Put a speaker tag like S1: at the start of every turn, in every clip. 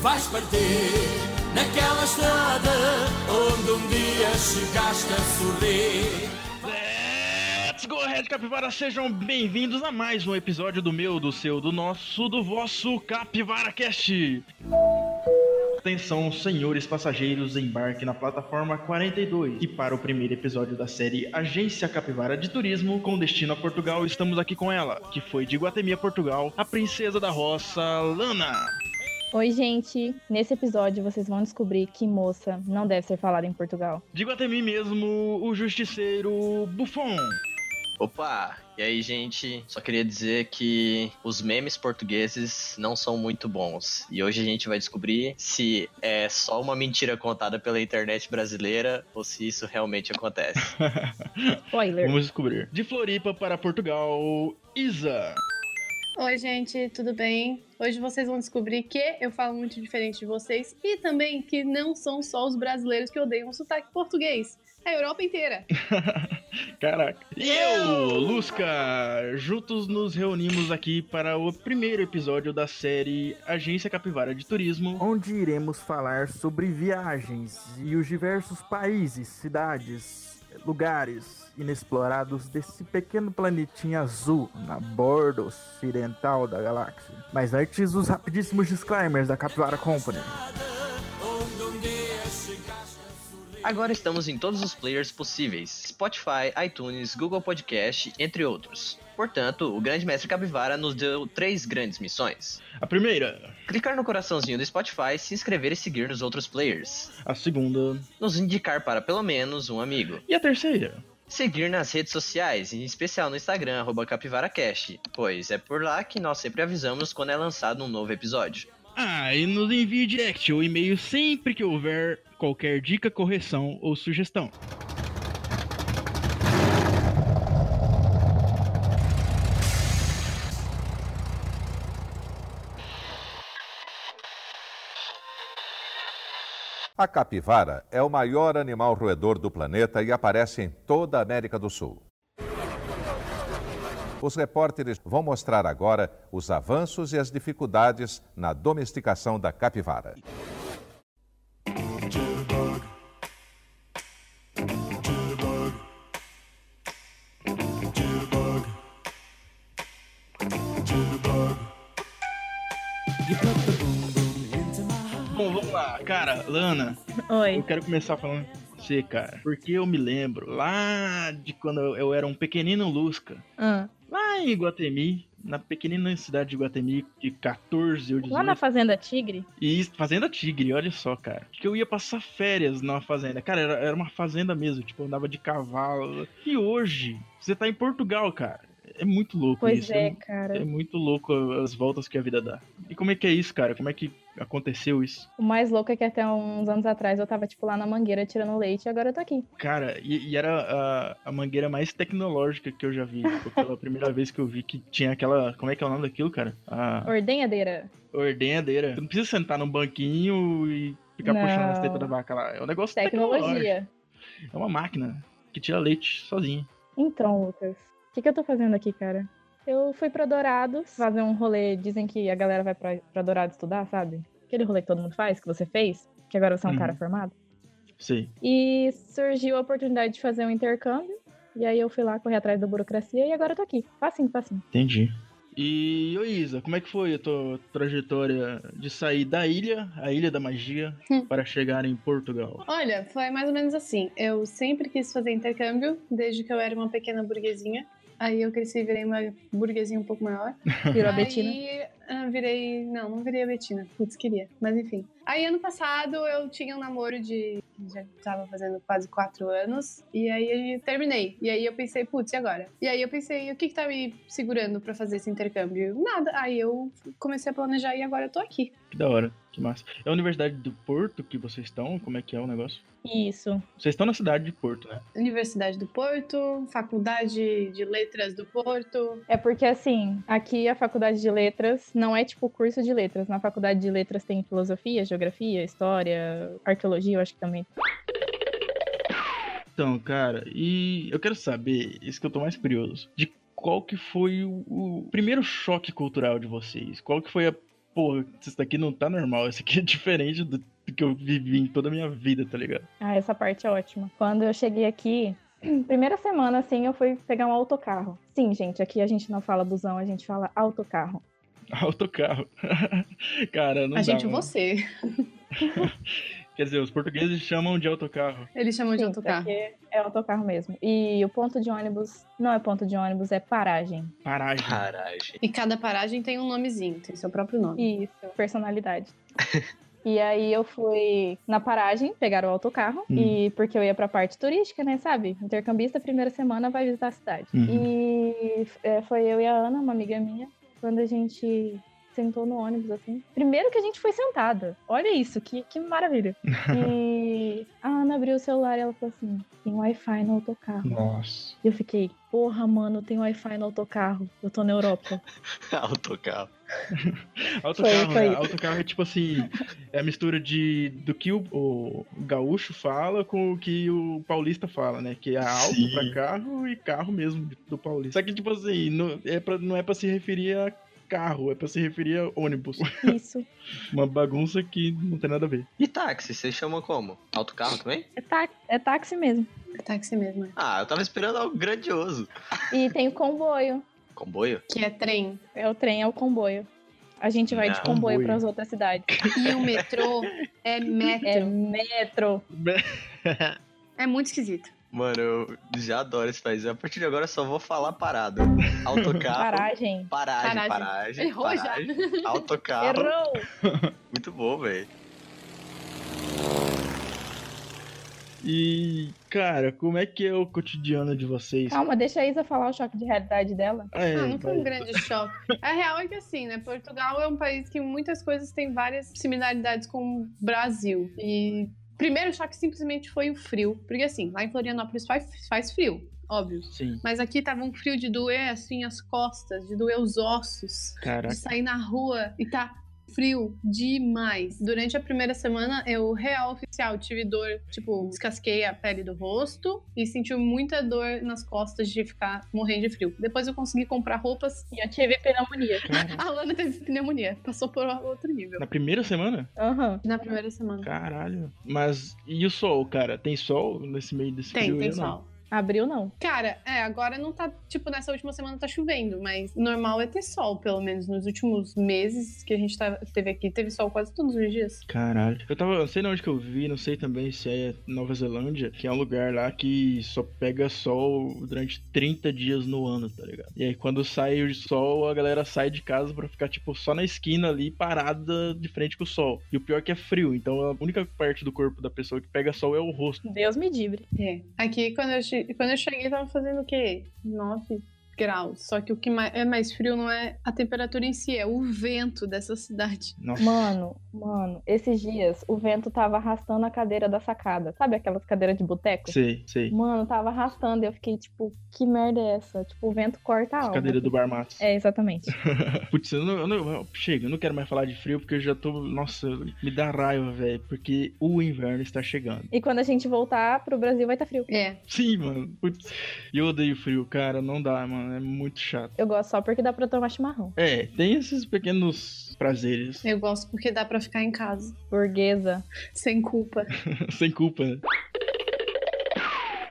S1: vais partir naquela estrada onde um dia chegaste a sorrir.
S2: Let's go ahead, Capivara! Sejam bem-vindos a mais um episódio do meu, do seu, do nosso, do vosso Capivara Cast. Atenção, senhores passageiros, embarque na plataforma 42. E para o primeiro episódio da série Agência Capivara de Turismo, com destino a Portugal, estamos aqui com ela, que foi de Guatemala, Portugal, a princesa da roça, Lana.
S3: Oi, gente! Nesse episódio vocês vão descobrir que moça não deve ser falada em Portugal.
S2: De Guatemala mesmo, o justiceiro Buffon.
S4: Opa! E aí, gente? Só queria dizer que os memes portugueses não são muito bons. E hoje a gente vai descobrir se é só uma mentira contada pela internet brasileira ou se isso realmente acontece.
S3: Spoiler!
S2: Vamos descobrir. De Floripa para Portugal, Isa.
S5: Oi, gente, tudo bem? Hoje vocês vão descobrir que eu falo muito diferente de vocês e também que não são só os brasileiros que odeiam o sotaque português. A Europa inteira.
S2: Caraca. E eu, Lusca, juntos nos reunimos aqui para o primeiro episódio da série Agência Capivara de Turismo.
S6: onde iremos falar sobre viagens e os diversos países, cidades, lugares inexplorados desse pequeno planetinha azul na borda ocidental da galáxia. Mas antes, os rapidíssimos disclaimers da Capivara Company.
S1: Onde um dia chegaste a sorrir.
S4: Agora estamos em todos os players possíveis: Spotify, iTunes, Google Podcast, entre outros. Portanto, o grande mestre Capivara nos deu três grandes missões:
S2: A primeira,
S4: clicar no coraçãozinho do Spotify, se inscrever e seguir nos outros players,
S2: a segunda
S4: nos indicar para pelo menos um amigo.
S2: e a terceira.
S4: seguir nas redes sociais, em especial no Instagram, arroba CapivaraCast, pois é por lá que nós sempre avisamos quando é lançado um novo episódio.
S2: Ah, e nos envie direct ou e-mail sempre que houver qualquer dica, correção ou sugestão.
S7: A capivara é o maior animal roedor do planeta e aparece em toda a América do Sul. Os repórteres vão mostrar agora os avanços e as dificuldades na domesticação da capivara.
S2: Bom, vamos lá. Cara, Lana, eu
S3: Oi.
S2: quero começar falando com você, cara, porque eu me lembro lá de quando eu era um pequenino Lusca,
S3: Ah,
S2: lá em Guatemi, na pequenina cidade de Guatemi, de 14 ou 18
S3: Lá na Fazenda Tigre?
S2: E isso, Fazenda Tigre, olha só, cara. Que eu ia passar férias na fazenda. Cara, era, era uma fazenda mesmo, tipo, eu andava de cavalo. E hoje, você tá em Portugal, cara. É muito louco
S3: Pois
S2: isso.
S3: é,
S2: É
S3: cara.
S2: muito louco as voltas que a vida dá. E como é que é isso, cara? Como é que aconteceu isso?
S3: O mais louco é que até uns anos atrás eu tava, tipo, lá na mangueira tirando leite e agora eu tô aqui.
S2: Cara, e, e era a, a mangueira mais tecnológica que eu já vi. Tipo, pela primeira vez que eu vi que tinha aquela. Como é que é o nome daquilo, cara? A
S3: Ordenhadeira.
S2: ordenhadeira. Tu não precisa sentar num banquinho e ficar
S3: Não.
S2: puxando as tetas da vaca lá. É um negócio tecnológico.
S3: Tecnologia.
S2: É uma máquina que tira leite sozinha.
S3: Então, Lucas, o que, que eu tô fazendo aqui, cara? Eu fui pra Dourados fazer um rolê. Dizem que a galera vai pra, pra Dourados estudar, sabe? Aquele rolê que todo mundo faz, que você fez, que agora você é um
S2: Uhum.
S3: cara formado.
S2: Sei.
S3: E surgiu a oportunidade de fazer um intercâmbio. E aí eu fui lá correr atrás da burocracia e agora eu tô aqui. Facinho, facinho.
S2: Entendi. E, ô Isa, como é que foi a tua trajetória de sair da ilha, a Ilha da Magia, para chegar em Portugal?
S5: Olha, foi mais ou menos assim. Eu sempre quis fazer intercâmbio, desde que eu era uma pequena burguesinha. Aí eu cresci e virei uma burguesinha um pouco maior.
S3: Virou a Betina.
S5: Aí ah, virei. Não, não virei a Betina. Putz, queria. Mas enfim. Aí ano passado eu tinha um namoro de. Já tava fazendo quase quatro anos. E aí eu terminei. E aí eu pensei, putz, e agora? E aí eu pensei, o que que tá me segurando pra fazer esse intercâmbio? Nada. Aí eu comecei a planejar e agora eu tô aqui.
S2: Que da hora, que massa. É a Universidade do Porto que vocês estão? Como é que é o negócio?
S3: Isso.
S2: Vocês estão na cidade de Porto, né?
S5: Universidade do Porto, Faculdade de Letras do Porto.
S3: É porque, assim, aqui a faculdade de letras não é tipo curso de letras. Na faculdade de letras tem filosofia, geografia, história, arqueologia, eu acho que também.
S2: Então, cara, e eu quero saber, isso que eu tô mais curioso, de qual que foi o, o primeiro choque cultural de vocês? Qual que foi a pô, isso daqui não tá normal, isso aqui é diferente do do que eu vivi em toda a minha vida, tá ligado?
S3: Ah, essa parte é ótima. Quando eu cheguei aqui, primeira semana, assim, eu fui pegar um autocarro. Sim, gente, aqui a gente não fala busão, a gente fala autocarro.
S2: Autocarro. Cara, não
S5: a
S2: dá,
S5: gente,
S2: mano.
S5: você.
S2: Quer dizer, os portugueses chamam de autocarro.
S5: Eles chamam de
S3: Sim,
S5: autocarro.
S3: porque É autocarro mesmo. E o ponto de ônibus não é ponto de ônibus, é paragem.
S2: Paragem.
S4: Caragem.
S5: E cada paragem tem um nomezinho, tem seu próprio nome.
S3: Isso, personalidade. E aí eu fui na paragem, pegar o autocarro,
S2: Hum.
S3: e porque eu ia pra parte turística, né, sabe? Intercambista, primeira semana, vai visitar a cidade. E é, foi eu e a Ana, uma amiga minha, quando a gente sentou no ônibus, assim. Primeiro que a gente foi sentada. Olha isso, que, que maravilha. E a Ana abriu o celular e ela falou assim, tem Wi-Fi no autocarro.
S2: Nossa.
S3: E eu fiquei, porra, mano, tem Wi-Fi no autocarro. Eu tô na Europa.
S4: Autocarro.
S2: Autocarro,
S3: foi.
S2: né? Autocarro é tipo assim, é a mistura de do que o, o gaúcho fala com o que o paulista fala, né? Que é alto
S4: Sim.
S2: pra carro e carro mesmo do paulista. Só que, tipo assim, não é pra, não é pra se referir a carro, é pra se referir a ônibus.
S3: Isso.
S2: Uma bagunça que não tem nada a ver.
S4: E táxi, vocês chamam como? Autocarro também?
S3: É, tá- é táxi mesmo.
S5: É táxi mesmo, é.
S4: Ah, eu tava esperando algo grandioso.
S3: E tem o comboio.
S4: Comboio?
S5: Que é trem.
S3: É o trem, é o comboio. A gente vai de
S4: Não.
S3: comboio,
S2: Comboio.
S3: pras outras cidades.
S5: E o metrô é
S3: É metro.
S5: metro. É, muito esquisito.
S4: Mano, eu já adoro esse país. A partir de agora eu só vou falar parado. Autocarro.
S3: Paragem.
S4: Paragem,
S5: Paragem.
S4: paragem.
S5: Errou
S4: paragem autocarro.
S3: Errou!
S4: Muito bom, velho.
S2: E, cara, como é que é o cotidiano de vocês?
S3: Calma, deixa a Isa falar o choque de realidade dela.
S2: Ah, é,
S5: Ah, não foi um
S2: vai.
S5: grande choque. A real é que assim, né? Portugal é um país que muitas coisas têm várias similaridades com o Brasil. E o primeiro choque simplesmente foi o frio. Porque assim, lá em Florianópolis faz, faz frio, óbvio.
S2: Sim,
S5: Mas aqui tava um frio de doer assim as costas, de doer os ossos, de
S2: caraca.
S5: sair na rua e tá frio demais. Durante a primeira semana, eu real oficial tive dor, tipo, descasquei a pele do rosto e senti muita dor nas costas de ficar morrendo de frio. Depois eu consegui comprar roupas.
S3: E eu tive pneumonia.
S2: Cara,
S5: A Lana teve pneumonia, passou por outro nível.
S2: na primeira semana?
S3: Aham.
S5: Na primeira semana.
S2: Caralho. Mas e o sol, cara? Tem sol nesse meio desse
S5: Tem,
S2: frio?
S5: tem
S2: aí, não?
S5: sol.
S3: Abriu não.
S5: Cara, é, agora não tá, tipo, nessa última semana tá chovendo, mas normal é ter sol, pelo menos nos últimos meses que a gente tá- teve aqui, teve sol quase todos os dias.
S2: Caralho. Eu tava, não sei de onde que eu vi, não sei também se é Nova Zelândia, que é um lugar lá que só pega sol durante 30 dias no ano, tá ligado? E aí quando sai o sol, a galera sai de casa pra ficar tipo só na esquina ali, parada de frente com o sol. E o pior é que é frio, então a única parte do corpo da pessoa que pega sol é o rosto.
S3: Deus me dibre.
S5: É. Aqui, quando eu, che- quando eu cheguei, tava fazendo o quê? 9 graus. Só que o que ma- é mais frio não é a temperatura em si, é o vento dessa cidade.
S2: Nossa.
S3: Mano, mano, esses dias o vento tava arrastando a cadeira da sacada. Sabe aquelas cadeiras de boteco?
S2: Sei, sei.
S3: Mano, tava arrastando. e Eu fiquei tipo, que merda é essa? Tipo, o vento corta a alma.
S2: Cadeira do Bar Matos.
S3: É, exatamente.
S2: Putz, eu não, eu não- eu- Chega, eu não quero mais falar de frio porque eu já tô. Nossa, me dá raiva, velho. Porque o inverno está chegando.
S3: E quando a gente voltar pro Brasil vai estar frio.
S5: É.
S2: Sim, mano. Putz, eu odeio frio, cara. Não dá, mano. É muito chato.
S3: Eu gosto só porque dá pra tomar chimarrão.
S2: É, tem esses pequenos prazeres.
S5: Eu gosto porque dá pra ficar em casa,
S3: Burguesa.
S5: sem culpa.
S2: Sem culpa, né?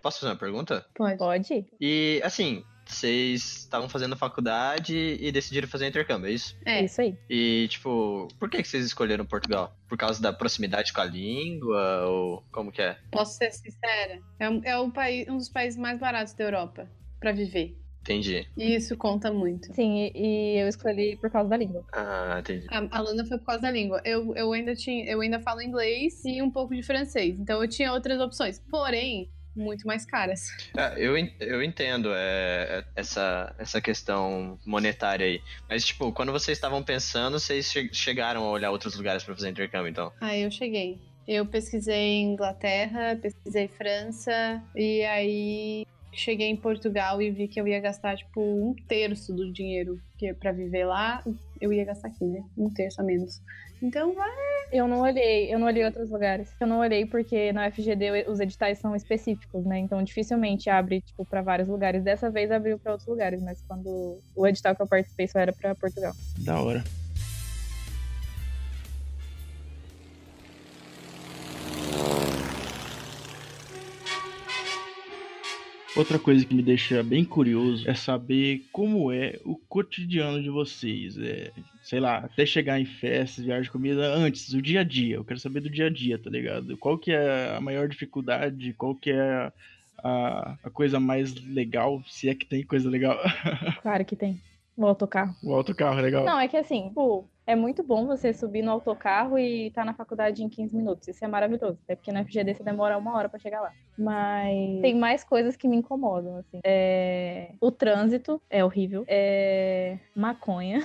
S4: Posso fazer uma pergunta?
S5: Pode.
S3: Pode?
S4: E, assim, vocês estavam fazendo faculdade e decidiram fazer intercâmbio, é isso?
S3: É
S5: É.
S3: isso aí.
S4: E, tipo, por que, que vocês escolheram Portugal? Por causa da proximidade com a língua? Ou como que é?
S5: Posso ser sincera? É, um- é um, país, um dos países mais baratos da Europa pra viver.
S4: Entendi.
S5: E isso conta muito.
S3: Sim, e, e eu escolhi por causa da língua.
S4: Ah, entendi.
S5: A, a Lana foi por causa da língua. Eu, eu, ainda tinha, eu ainda falo inglês e um pouco de francês. Então eu tinha outras opções. Porém, muito mais caras.
S4: Ah, eu, en- eu entendo é, é, essa, essa questão monetária aí. Mas, tipo, quando vocês estavam pensando, vocês che- chegaram a olhar outros lugares pra fazer intercâmbio, então.
S5: Aí eu cheguei. Eu pesquisei Inglaterra, pesquisei França, e aí cheguei em Portugal e vi que eu ia gastar, tipo, um terço do dinheiro que pra viver lá, eu ia gastar aqui, né? Um terço a menos. Então vai.
S3: Eu não olhei, eu não olhei outros lugares. Eu não olhei porque na FGD os editais são específicos, né? Então dificilmente abre, tipo, pra vários lugares. Dessa vez abriu pra outros lugares, mas quando o edital que eu participei só era pra Portugal.
S2: Da hora. Outra coisa que me deixa bem curioso é saber como é o cotidiano de vocês. É, sei lá, até chegar em festas, viagem, comida, antes, o dia a dia. Eu quero saber do dia a dia, tá ligado? Qual que é a maior dificuldade, qual que é a, a coisa mais legal, se é que tem coisa legal.
S3: Claro que tem. O autocarro.
S2: o autocarro é legal.
S3: Não, é que assim, tipo, é muito bom você subir no autocarro e estar na faculdade em 15 minutos. Isso é maravilhoso. Até porque na FGD você demora uma hora pra chegar lá. Mas tem mais coisas que me incomodam, assim. É... O trânsito é horrível. É... Maconha.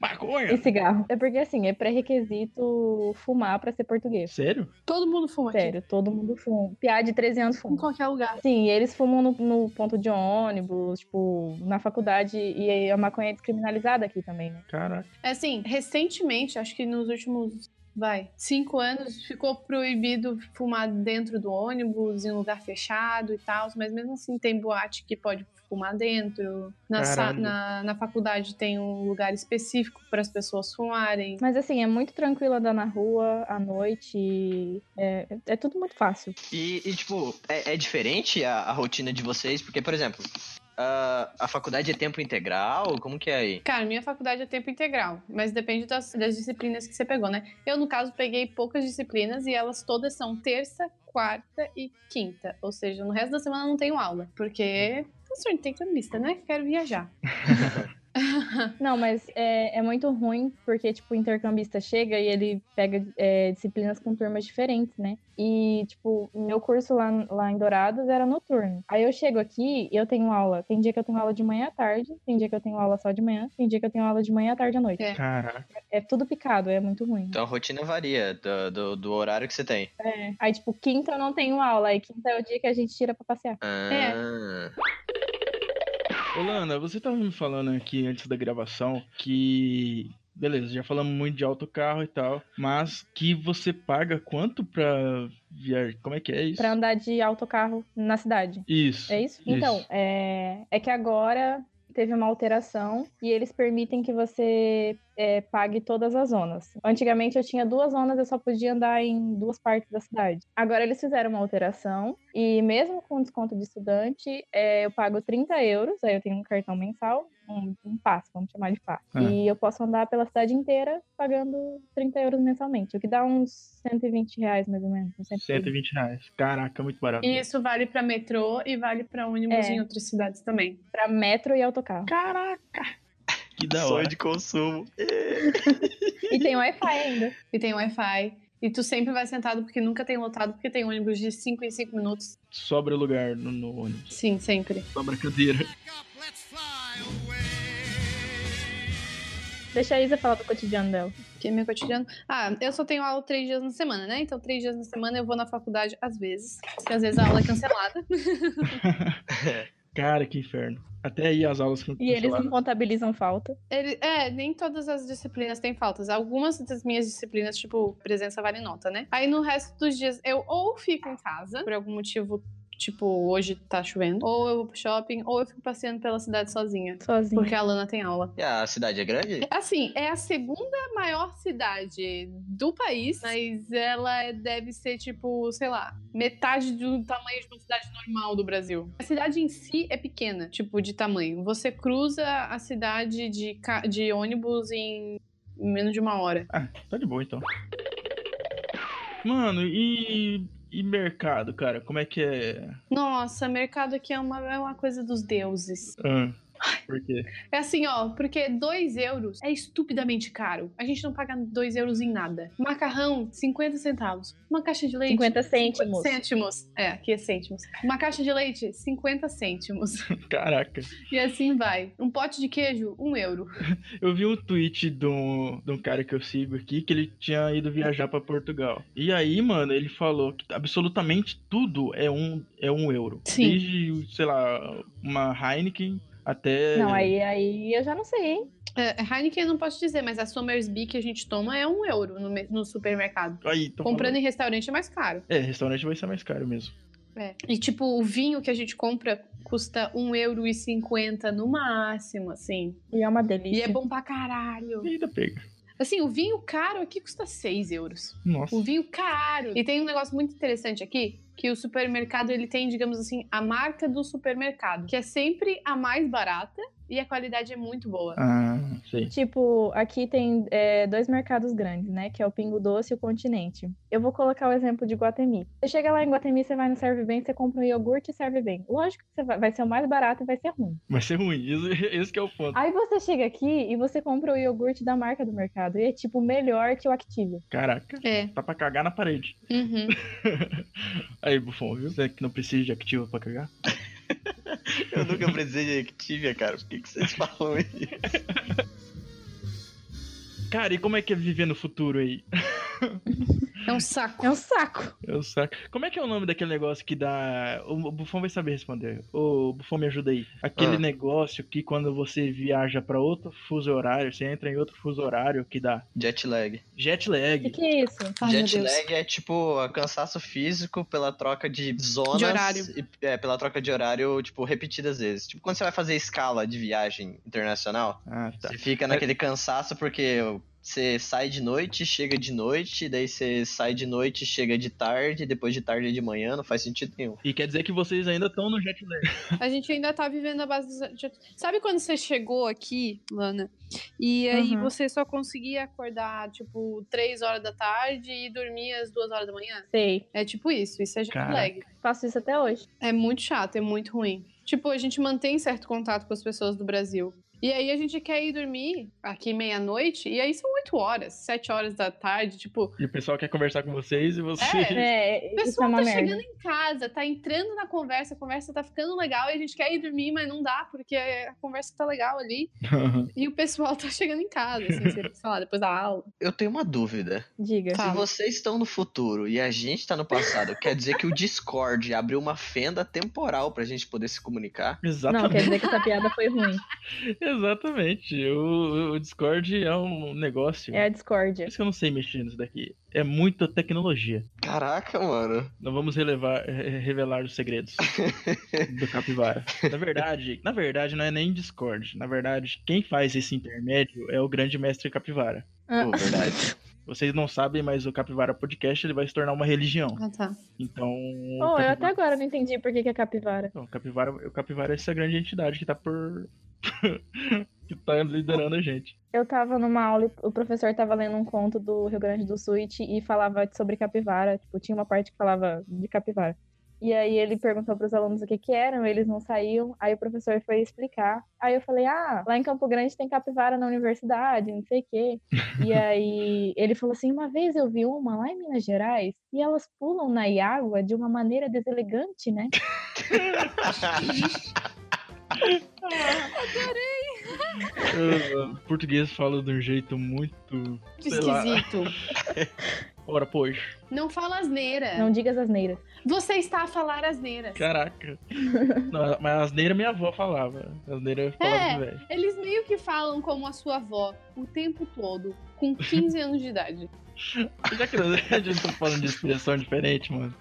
S2: Maconha!
S3: E cigarro. É porque, assim, é pré-requisito fumar pra ser português.
S2: Sério?
S5: Todo mundo fuma aqui.
S3: Sério, todo mundo fuma. Piá de 13 anos
S5: Em
S3: fuma.
S5: qualquer lugar.
S3: Sim, e eles fumam no, no ponto de ônibus, tipo, na faculdade. E aí a maconha é descriminalizada aqui também, né?
S2: Caraca.
S5: É Assim, recentemente, acho que nos últimos, vai, cinco anos, ficou proibido fumar dentro do ônibus, em lugar fechado e tal, mas mesmo assim tem boate que pode fumar dentro. Na, sa-
S2: Caralho.
S5: na, na faculdade tem um lugar específico para as pessoas fumarem.
S3: Mas assim, é muito tranquilo andar na rua à noite. É, é tudo muito fácil.
S4: E, e, tipo, é, é diferente a, a rotina de vocês? Porque, por exemplo, ah, a faculdade é tempo integral? Como que é aí?
S5: Cara, minha faculdade é tempo integral, mas depende das, das disciplinas que você pegou, né? Eu, no caso, peguei poucas disciplinas e elas todas são terça, quarta e quinta. Ou seja, no resto da semana eu não tenho aula, porque o senhor tem cambista, né? Quero viajar.
S3: Não, mas é, é muito ruim, porque, tipo, o intercambista chega e ele pega é, disciplinas com turmas diferentes, né? E, tipo, meu curso lá, lá em Dourados era noturno. Aí eu chego aqui e eu tenho aula. Tem dia que eu tenho aula de manhã à tarde, tem dia que eu tenho aula só de manhã, tem dia que eu tenho aula de manhã à tarde à noite.
S5: É.
S2: Caraca.
S3: É tudo picado, é muito ruim.
S4: Então a rotina varia do, do, do horário que você tem.
S3: É. Aí, tipo, quinta eu não tenho aula, aí quinta é o dia que a gente tira pra passear.
S4: Ah,
S2: Holanda, você tava me falando aqui antes da gravação que. Beleza, já falamos muito de autocarro e tal, mas que você paga quanto pra viajar? Como é que é isso?
S3: Pra andar de autocarro na cidade.
S2: Isso.
S3: É isso? Então, é, é que agora teve uma alteração e eles permitem que você é, pague todas as zonas. Antigamente eu tinha duas zonas, eu só podia andar em duas partes da cidade. Agora eles fizeram uma alteração e mesmo com desconto de estudante, é, eu pago 30 euros, aí eu tenho um cartão mensal, um, um passe, vamos chamar de passe.
S2: Ah.
S3: E eu posso andar pela cidade inteira pagando 30 euros mensalmente, o que dá uns 120 reais mais ou menos. uns 120.
S2: 120 reais. Caraca, muito barato.
S5: E isso vale pra metrô e vale pra ônibus
S3: É.
S5: em outras cidades também.
S3: Pra metro e autocarro.
S2: Caraca! Que da hora.
S4: sonho de consumo.
S3: E tem Wi-Fi ainda.
S5: E tem Wi-Fi. E tu sempre vai sentado porque nunca tem lotado, porque tem ônibus de 5 em 5 minutos.
S2: Sobra lugar no, no ônibus.
S5: Sim, sempre.
S2: Sobra cadeira.
S3: Deixa a Isa falar do cotidiano dela.
S5: Que é meu cotidiano. Ah, eu só tenho aula três dias na semana, né? Então, três dias na semana eu vou na faculdade às vezes. Porque às vezes a aula é cancelada.
S2: Cara, que inferno. Até aí as aulas que eu
S3: E eles não contabilizam falta.
S5: Ele- é, nem todas as disciplinas têm faltas. Algumas das minhas disciplinas, tipo, presença vale nota, né? Aí no resto dos dias eu ou fico em casa, por algum motivo, tipo, hoje tá chovendo, ou eu vou pro shopping, ou eu fico passeando pela cidade sozinha.
S3: Sozinho.
S5: Porque a Lana tem aula.
S4: E a cidade é grande?
S5: Assim, é a segunda maior cidade do país, mas ela é- deve ser, tipo, sei lá, metade do tamanho de uma cidade normal do Brasil. A cidade em si é pequena, tipo, de tamanho. Você cruza a cidade de, ca- de ônibus em menos de uma hora.
S2: Ah, tá de boa então. Mano, e. E mercado, cara? Como é que é.
S5: Nossa, mercado aqui é uma, é uma coisa dos deuses.
S2: Ah, por quê?
S5: É assim, ó, porque 2 euros é estupidamente caro. A gente não paga 2 euros em nada. Macarrão, 50 centavos. Uma caixa de leite.
S3: 50 cêntimos.
S5: Cêntimos. É, aqui é cêntimos. Uma caixa de leite, 50 cêntimos.
S2: Caraca.
S5: E assim vai. Um pote de queijo, 1 euro.
S2: Eu vi um tweet de um, de um cara que eu sigo aqui que ele tinha ido viajar pra Portugal. E aí, mano, ele falou que absolutamente tudo é um, é um euro.
S5: Sim.
S2: Desde, sei lá, uma Heineken até.
S3: Não, aí, aí eu já não sei, hein?
S5: É, Heineken eu não posso dizer, mas a Somersby que a gente toma é 1 euro no, me- no supermercado.
S2: Aí, tô
S5: Comprando
S2: falando.
S5: em restaurante é mais caro.
S2: É, restaurante vai ser mais caro mesmo.
S5: É. E tipo, o vinho que a gente compra custa 1,50 euro no máximo, assim.
S3: E é uma
S5: E
S3: delícia.
S5: é bom pra caralho.
S2: E ainda pega.
S5: Assim, o vinho caro aqui custa 6 euros.
S2: Nossa.
S5: O vinho caro. E tem um negócio muito interessante aqui, que o supermercado ele tem, digamos assim, a marca do supermercado, que é sempre a mais barata e a qualidade é muito boa.
S2: Ah, sei.
S3: Tipo, aqui tem é, dois mercados grandes, né? Que é o Pingo Doce e o Continente. Eu vou colocar o exemplo de Guatemi. Você chega lá em Guatemi, você vai no Serve Bem, você compra um iogurte e serve bem. Lógico que você vai, vai ser o mais barato e vai ser ruim.
S2: Vai ser ruim. Esse, esse que é o ponto.
S3: Aí você chega aqui e você compra o iogurte da marca do mercado. E é tipo melhor que o Activia.
S2: Caraca.
S5: É.
S2: Tá pra cagar na parede.
S5: Uhum.
S2: Aí, Bufão, viu? Você que não precisa de activo pra cagar.
S4: Eu nunca precisei de Activia, cara. Por que, que vocês falam isso?
S2: Cara, e como é que é viver no futuro aí?
S5: É um saco.
S3: É um saco.
S2: Eu saco. Como é que é o nome daquele negócio que dá. O Bufão vai saber responder. Ô, Bufão, me ajuda aí. Aquele
S4: Ah.
S2: negócio que quando você viaja pra outro fuso horário, você entra em outro fuso horário que dá
S4: Jet lag.
S2: jet
S3: O que,
S2: lag.
S3: que é isso?
S5: Ai, meu
S4: jet
S5: Deus.
S4: lag é tipo a cansaço físico pela troca de zonas.
S5: De horário.
S4: E, é, pela troca de horário, tipo, repetidas vezes. Tipo, quando você vai fazer escala de viagem internacional,
S2: Ah, tá.
S4: você fica naquele cansaço porque você sai de noite, chega de noite, daí você sai de noite, chega de tarde, depois de tarde é de manhã, não faz sentido nenhum.
S2: E quer dizer que vocês ainda estão no jet lag.
S5: A gente ainda tá vivendo a base dos. jet- Sabe quando você chegou aqui, Lana? E aí
S3: Uhum.
S5: você só conseguia acordar, tipo, 3 horas da tarde e dormir às 2 horas da manhã?
S3: Sei.
S5: É tipo isso, isso é jet
S2: Caraca.
S5: lag.
S3: Faço isso até hoje.
S5: É muito chato, é muito ruim. Tipo, a gente mantém certo contato com as pessoas do Brasil. E aí a gente quer ir dormir aqui meia-noite, e aí são 8 horas, 7 horas da tarde, tipo,
S2: E o pessoal quer conversar com vocês e você.
S5: É.
S3: É,
S5: o
S3: isso é
S5: pessoal
S3: uma
S5: tá
S3: merda.
S5: chegando em casa, tá entrando na conversa, a conversa tá ficando legal, e a gente quer ir dormir, mas não dá, porque a conversa tá legal ali. E o pessoal tá chegando em casa, assim, sei sei lá, depois da aula.
S4: Eu tenho uma dúvida.
S3: Diga.
S5: Tá.
S4: Se É vocês estão no futuro e a gente tá no passado, quer dizer que o Discord abriu uma fenda temporal pra gente poder se comunicar?
S3: Não,
S2: Exatamente.
S3: quer dizer que essa piada foi ruim.
S2: Exatamente. O, o Discord é um negócio.
S3: É a
S2: Por
S3: discórdia.
S2: isso que eu não sei mexer nisso daqui. É muita tecnologia.
S4: Caraca, mano.
S2: Não vamos relevar- eh, revelar os segredos do capivara. Na verdade, na verdade não é nem Discord. Na verdade, quem faz esse intermédio é o grande mestre capivara.
S3: Ah.
S4: Pô, verdade.
S2: Vocês não sabem, mas o Capivara Podcast ele vai se tornar uma religião.
S5: Ah, tá.
S2: Então, o
S3: Oh, eu
S2: capivara-
S3: até agora não entendi por que, que é capivara.
S2: Não, o capivara, o capivara é essa grande entidade que tá por que tá liderando a gente.
S3: Eu tava numa aula e o professor tava lendo um conto do Rio Grande do Sul e ti- e falava sobre capivara. Tipo, tinha uma parte que falava de capivara. E aí ele perguntou pros alunos o que que eram, eles não saíam. Aí o professor foi explicar. Aí eu falei, ah, lá em Campo Grande tem capivara na universidade, não sei o quê. E aí ele falou assim, uma vez eu vi uma lá em Minas Gerais e elas pulam na água de uma maneira deselegante, né?
S2: Ah, O português fala de um jeito muito. Sei lá.
S5: Esquisito.
S2: Ora, pois.
S5: Não fala asneira.
S3: Não digas asneiras.
S5: Você está a falar asneiras.
S2: Caraca. Não, mas asneira minha avó falava. Asneira falava
S5: É.
S2: do velho.
S5: Eles meio que falam como a sua avó o tempo todo, com 15 anos de idade.
S2: Já que a gente tá falando de expressão diferente, mano.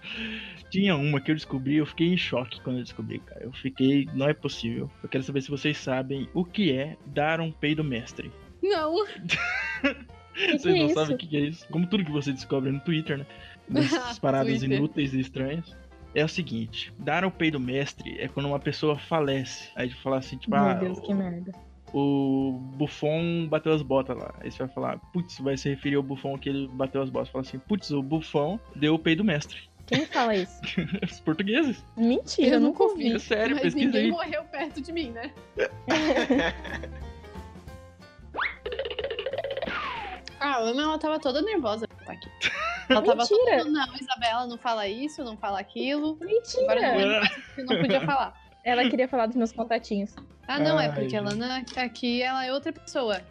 S2: Tinha uma que eu descobri, eu fiquei em choque quando eu descobri, cara. Eu fiquei. Não é possível. Eu quero saber se vocês sabem o que é dar um peido mestre.
S5: Não.
S3: O que, que
S2: Vocês
S3: é
S2: não
S3: isso?
S2: sabem o que que é isso. Como tudo que você descobre no Twitter, né? Dessas paradas
S5: Twitter.
S2: inúteis e estranhas. É o seguinte, dar o peido mestre é quando uma pessoa falece. Aí de falar assim, tipo, ah,
S3: Meu Deus, que
S2: o-
S3: merda.
S2: o Buffon bateu as botas lá. Aí você vai falar, putz, vai se referir ao Buffon que ele bateu as botas. Fala assim, putz, o Buffon deu o peido mestre.
S3: Quem fala isso?
S2: Os portugueses.
S3: Mentira, eu nunca ouvi.
S2: É sério,
S5: Mas
S2: pesquisa
S5: ninguém
S2: aí.
S5: morreu perto de mim, né? Ah, a Ana, ela tava toda nervosa pra estar aqui. Ela tava
S3: Mentira.
S5: toda falando, não, Isabela, não fala isso, não fala aquilo. Agora eu
S3: Mentira!
S5: não lembro mais o que eu não podia falar.
S3: Ela queria falar dos meus contatinhos.
S5: Ah, não, é
S2: Ai,
S5: porque a
S2: gente.
S5: Lana aqui ela é outra pessoa.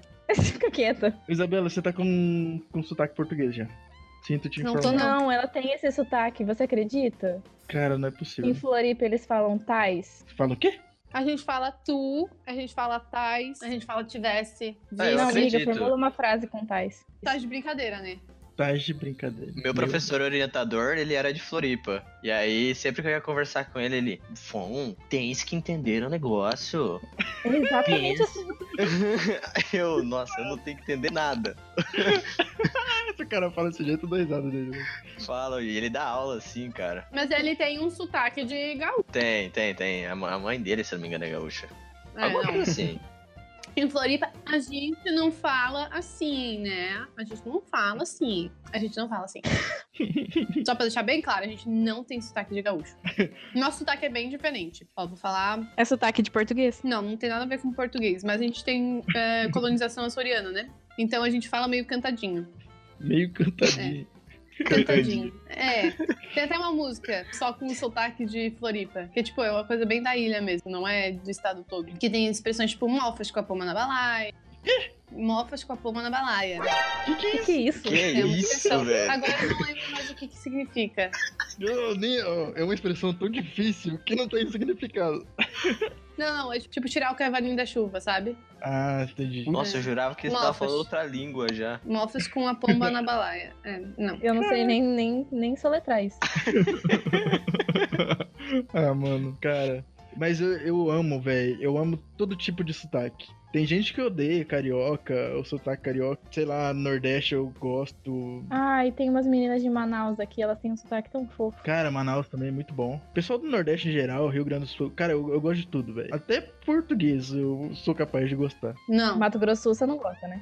S3: Fica quieta.
S2: Isabela, você tá com, com sotaque português já. Sinto te
S5: Não tô,
S2: informar.
S3: Não, ela tem esse sotaque, você acredita?
S2: Cara, não é
S3: Em
S2: possível.
S3: Floripa eles falam tais.
S2: Você fala o quê?
S5: A gente fala tu, a gente fala tais, a gente fala tivesse.
S2: É,
S4: Ah, eu
S3: não,
S4: acredito.
S3: amiga, formula uma frase com tais.
S5: Tá de brincadeira, né?
S2: Tá de brincadeira.
S4: Meu professor orientador, ele era de Floripa. E aí, sempre que eu ia conversar com ele, ele... Fon, tens que entender o negócio.
S3: É Exatamente
S4: Pensa,
S3: assim.
S4: Eu, nossa, eu não tenho que entender nada.
S2: Esse cara fala desse jeito, eu dou risada dele. né?
S4: Fala, e ele dá aula assim, cara.
S5: Mas ele tem um sotaque de gaúcho.
S4: Tem, tem, tem. A ma- a mãe dele, se eu não me engano, é gaúcha.
S5: É,
S4: Alguma
S5: não.
S4: coisa assim.
S5: Em Floripa, a gente não fala assim, né? A gente não fala assim. A gente não fala assim. Só pra deixar bem claro, a gente não tem sotaque de gaúcho. Nosso sotaque é bem diferente. Ó, vou falar
S3: É sotaque de português?
S5: Não, não tem nada a ver com português, mas a gente tem é, colonização açoriana, né? Então a gente fala meio cantadinho.
S2: Meio cantadinho.
S5: É. Cantadinho. É. Tem até uma música só com o sotaque de Floripa, que tipo, é uma coisa bem da ilha mesmo, não é do estado todo. Que tem expressões tipo mofas com a poma na balaia. Mofas com a poma na balaia.
S2: Que que é
S3: Que
S2: isso?
S3: que é isso?
S4: Que
S5: É uma
S4: isso,
S5: expressão.
S4: velho?
S5: Agora eu não lembro mais o que, que significa.
S2: Meu Deus, é uma expressão tão difícil que não tem significado.
S5: Não, não, é tipo tirar o cavalinho da chuva, sabe?
S2: Ah, entendi.
S4: Nossa,
S3: Uhum.
S4: eu jurava que ele tava
S5: Mofas.
S4: falando outra língua já.
S5: Mofas com a pomba na balaia. É, não.
S3: Eu não sei nem, nem, nem soletrar isso.
S2: ah, mano, cara. Mas eu, eu amo, velho. Eu amo todo tipo de sotaque. Tem gente que odeia carioca, o sotaque carioca. Sei lá, Nordeste eu gosto.
S3: Ah, e tem umas meninas de Manaus aqui, elas têm um sotaque tão fofo.
S2: Cara, Manaus também é muito bom. Pessoal do Nordeste em geral, Rio Grande do Sul. Cara, eu, eu gosto de tudo, velho. Até português eu sou capaz de gostar.
S5: Não.
S3: Mato Grosso você não gosta, né?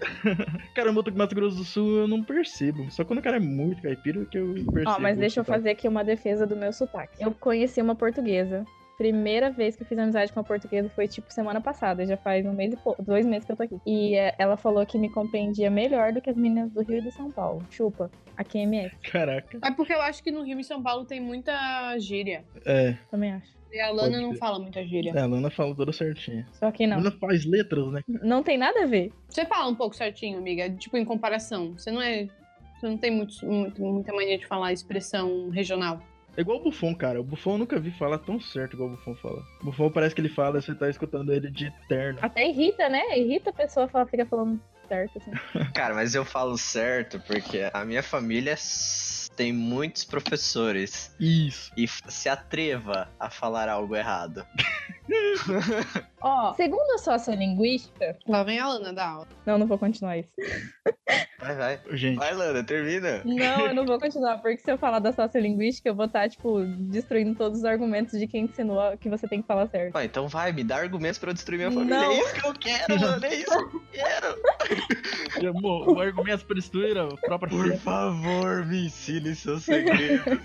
S2: Cara, Mato, Mato Grosso do Sul eu não percebo. Só quando o cara é muito caipira que eu percebo.
S3: Ó, mas
S2: o
S3: deixa eu
S2: sotaque.
S3: fazer aqui uma defesa do meu sotaque. Eu conheci uma portuguesa. Primeira vez que eu fiz amizade com uma portuguesa foi tipo semana passada, já faz um mês e pouco, dois meses que eu tô aqui. E é, ela falou que me compreendia melhor do que as meninas do Rio e do São Paulo. Chupa, a QMS,
S2: Caraca.
S5: É porque eu acho que no Rio e São Paulo tem muita gíria.
S2: É,
S3: também acho.
S5: E a
S2: Pode
S5: Lana não
S2: ser.
S5: fala muita gíria.
S2: a Lana fala toda certinha.
S3: Só que não.
S2: Lana faz letras, né?
S3: Não tem nada a ver.
S5: Você fala um pouco certinho, amiga, tipo, em comparação. Você não é. Você não tem muito, muito- muita mania de falar expressão regional.
S2: É igual o Buffon, cara. O Buffon eu nunca vi falar tão certo igual o Buffon fala. O Buffon parece que ele fala, você tá escutando ele de terno.
S3: Até irrita, né? Irrita a pessoa, fala, fica falando certo, assim.
S4: Cara, mas eu falo certo porque a minha família s- tem muitos professores.
S2: Isso.
S4: E f- se atreva a falar algo errado.
S3: Ó, segundo a sociolinguística...
S5: Lá vem a Lana da aula.
S3: Não, não vou continuar isso.
S4: Vai, vai.
S2: Gente,
S4: Vai, Lana, termina.
S3: Não, eu não vou continuar, porque se eu falar da sociolinguística, eu vou estar, tipo, destruindo todos os argumentos de quem ensinou a- que você tem que falar certo.
S4: Pô, então vai, me dá argumentos pra eu destruir minha família.
S3: Não.
S4: É isso que eu quero, mano. É isso que eu quero.
S2: amor, o argumento pra destruir a própria
S4: Por favor, me ensine seus segredos.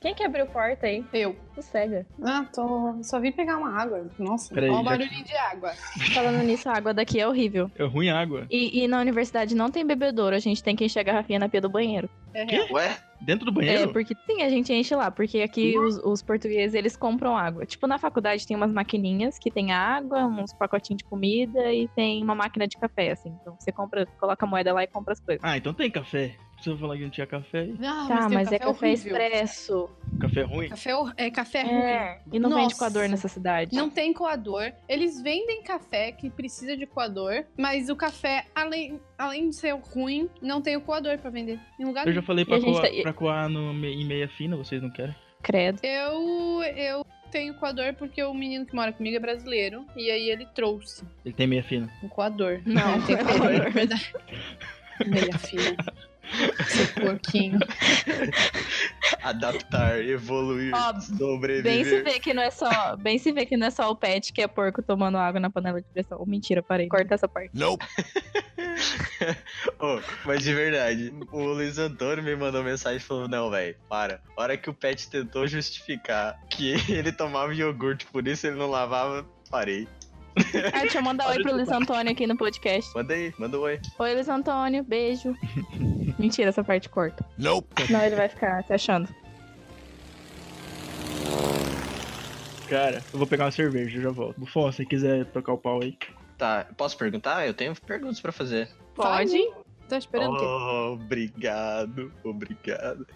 S3: Quem que abriu porta aí?
S5: Eu.
S3: Sossega.
S5: Ah, tô. Só vim pegar uma água. Nossa,
S2: Peraí,
S5: ó o
S2: já-
S5: barulhinho de água.
S3: Falando nisso, a água daqui é horrível.
S2: É ruim água.
S3: E, e na universidade não tem bebedouro, a gente tem que encher a garrafinha na pia do banheiro.
S5: É real.
S4: Ué?
S2: Dentro do
S3: É,
S2: banheiro?
S3: porque sim, a gente enche lá, porque
S5: Hum?
S3: aqui os, os portugueses, eles compram água. Tipo, na faculdade tem umas maquininhas que tem água, uns pacotinhos de comida e tem uma máquina de café, assim. Então você compra, coloca a moeda lá e compra as coisas.
S2: Ah, então tem café. Se eu falar que não tinha café, aí.
S5: Ah,
S3: Tá,
S5: tem
S3: mas é café
S5: horrível.
S3: expresso.
S2: café é ruim.
S5: Café hor- é café ruim.
S3: É. E não
S5: Nossa.
S3: vende coador nessa cidade.
S5: Não tem coador. Eles vendem café que precisa de coador, mas o café, além, além de ser ruim, não tem o coador pra vender em lugar
S2: Eu já
S5: nenhum.
S2: falei
S3: E
S2: pra,
S3: a gente
S2: coar,
S3: tá- e-
S2: pra coar no, me- em meia fina, vocês não querem?
S3: Credo.
S5: Eu, eu tenho coador porque o menino que mora comigo é brasileiro e aí ele trouxe
S2: Ele tem meia fina.
S5: um coador.
S3: Não,
S5: tem
S3: é
S5: coador,
S3: coador.
S5: é verdade. Minha filha. Seu porquinho.
S4: Adaptar, evoluir,
S3: Ó, Bem se
S4: sobreviver.
S3: vê que não é só, bem se vê que não é só o pet que é porco tomando água na panela de pressão. Oh, Mentira, parei. Corta essa parte.
S4: Ô, mas de verdade, o Luiz Antônio me mandou mensagem falando: Não, velho, para. A hora que o Pet tentou justificar que ele tomava iogurte, por isso ele não lavava, parei.
S3: Ah, deixa eu mandar oi pro Luiz Antônio aqui no podcast.
S4: Manda aí, manda um oi.
S3: Oi, Luiz Antônio, beijo. Mentira, essa parte corta. Não, ele vai ficar se achando.
S2: Cara, eu vou pegar uma cerveja, eu já volto. Bufão, se quiser tocar o pau aí.
S4: Tá, posso perguntar? Eu tenho perguntas pra fazer.
S3: Pode?
S5: Tá esperando o quê?
S4: Oh, obrigado, obrigado.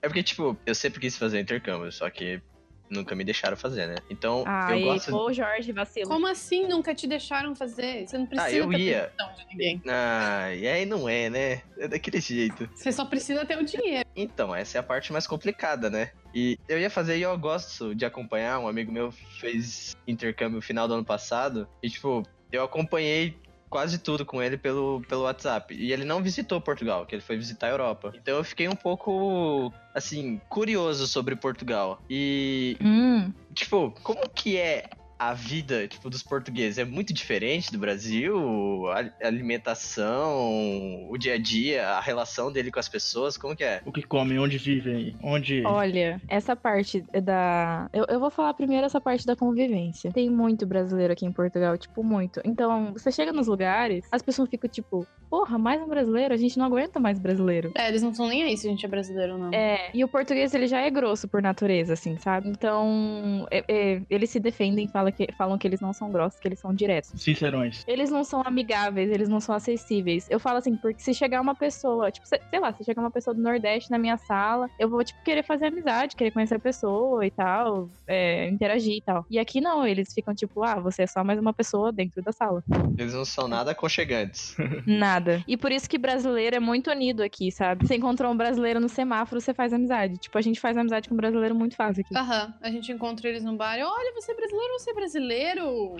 S4: É porque, tipo, eu sempre quis fazer intercâmbio, só que nunca me deixaram fazer, né? Então, eu
S3: Ai,
S4: gosto.
S3: ô Jorge, vacilo.
S5: Como assim nunca te deixaram fazer? Você não precisa
S4: Ah, eu
S5: da
S4: ia.
S5: permissão de ninguém.
S4: Ah, e aí não é, né? É daquele jeito.
S5: Você só precisa ter o dinheiro.
S4: Então, essa é a parte mais complicada, né? E eu ia fazer e eu gosto de acompanhar. Um amigo meu fez intercâmbio no final do ano passado. E, tipo, eu acompanhei quase tudo com ele pelo, pelo WhatsApp. E ele não visitou Portugal, que ele foi visitar a Europa. Então eu fiquei um pouco, assim, curioso sobre Portugal. E,
S3: Hum,
S4: tipo, como que é a vida, tipo, dos portugueses? É muito diferente do Brasil? A alimentação, o dia a dia, a relação dele com as pessoas, como que é?
S2: O que comem, onde vivem, onde.
S3: olha, essa parte da. Eu, eu vou falar primeiro essa parte da convivência. Tem muito brasileiro aqui em Portugal, tipo, muito. Então, você chega nos lugares, as pessoas ficam tipo, porra, mais um brasileiro? A gente não aguenta mais brasileiro.
S5: É, eles não são nem aí se a gente é brasileiro ou não.
S3: É, e o português ele já é grosso por natureza, assim, sabe? Então, é- é, eles se defendem, fala que, falam que eles não são grossos, que eles são diretos.
S2: Sincerões.
S3: Eles não são amigáveis, eles não são acessíveis. Eu falo assim, porque se chegar uma pessoa, tipo, se- sei lá, se chegar uma pessoa do Nordeste na minha sala, eu vou, tipo, querer fazer amizade, querer conhecer a pessoa e tal, é, interagir e tal. E aqui não, eles ficam tipo, ah, você é só mais uma pessoa dentro da sala.
S4: Eles não são nada aconchegantes.
S3: Nada. E por isso que brasileiro é muito unido aqui, sabe? Você encontrou um brasileiro no semáforo, você faz amizade. Tipo, a gente faz amizade com um brasileiro muito fácil aqui.
S5: Aham, a gente encontra eles no bar e olha, você é brasileiro ou você é brasileiro?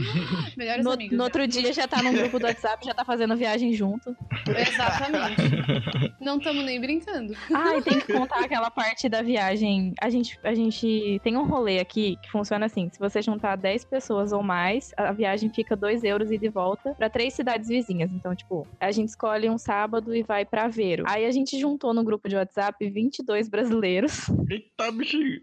S5: Melhores
S3: No,
S5: amigos.
S3: no
S5: né?
S3: outro dia já tá num grupo do WhatsApp, já tá fazendo viagem junto.
S5: Exatamente. não estamos nem brincando.
S3: Ah, e tem que contar aquela parte da viagem. A gente, a gente tem um rolê aqui que funciona assim: se você juntar 10 pessoas ou mais, a viagem fica 2 euros e de volta pra três cidades vizinhas. Então, tipo, a gente escolhe um sábado e vai pra Aveiro. Aí a gente juntou no grupo de WhatsApp 22 brasileiros.
S2: Eita, bichinho.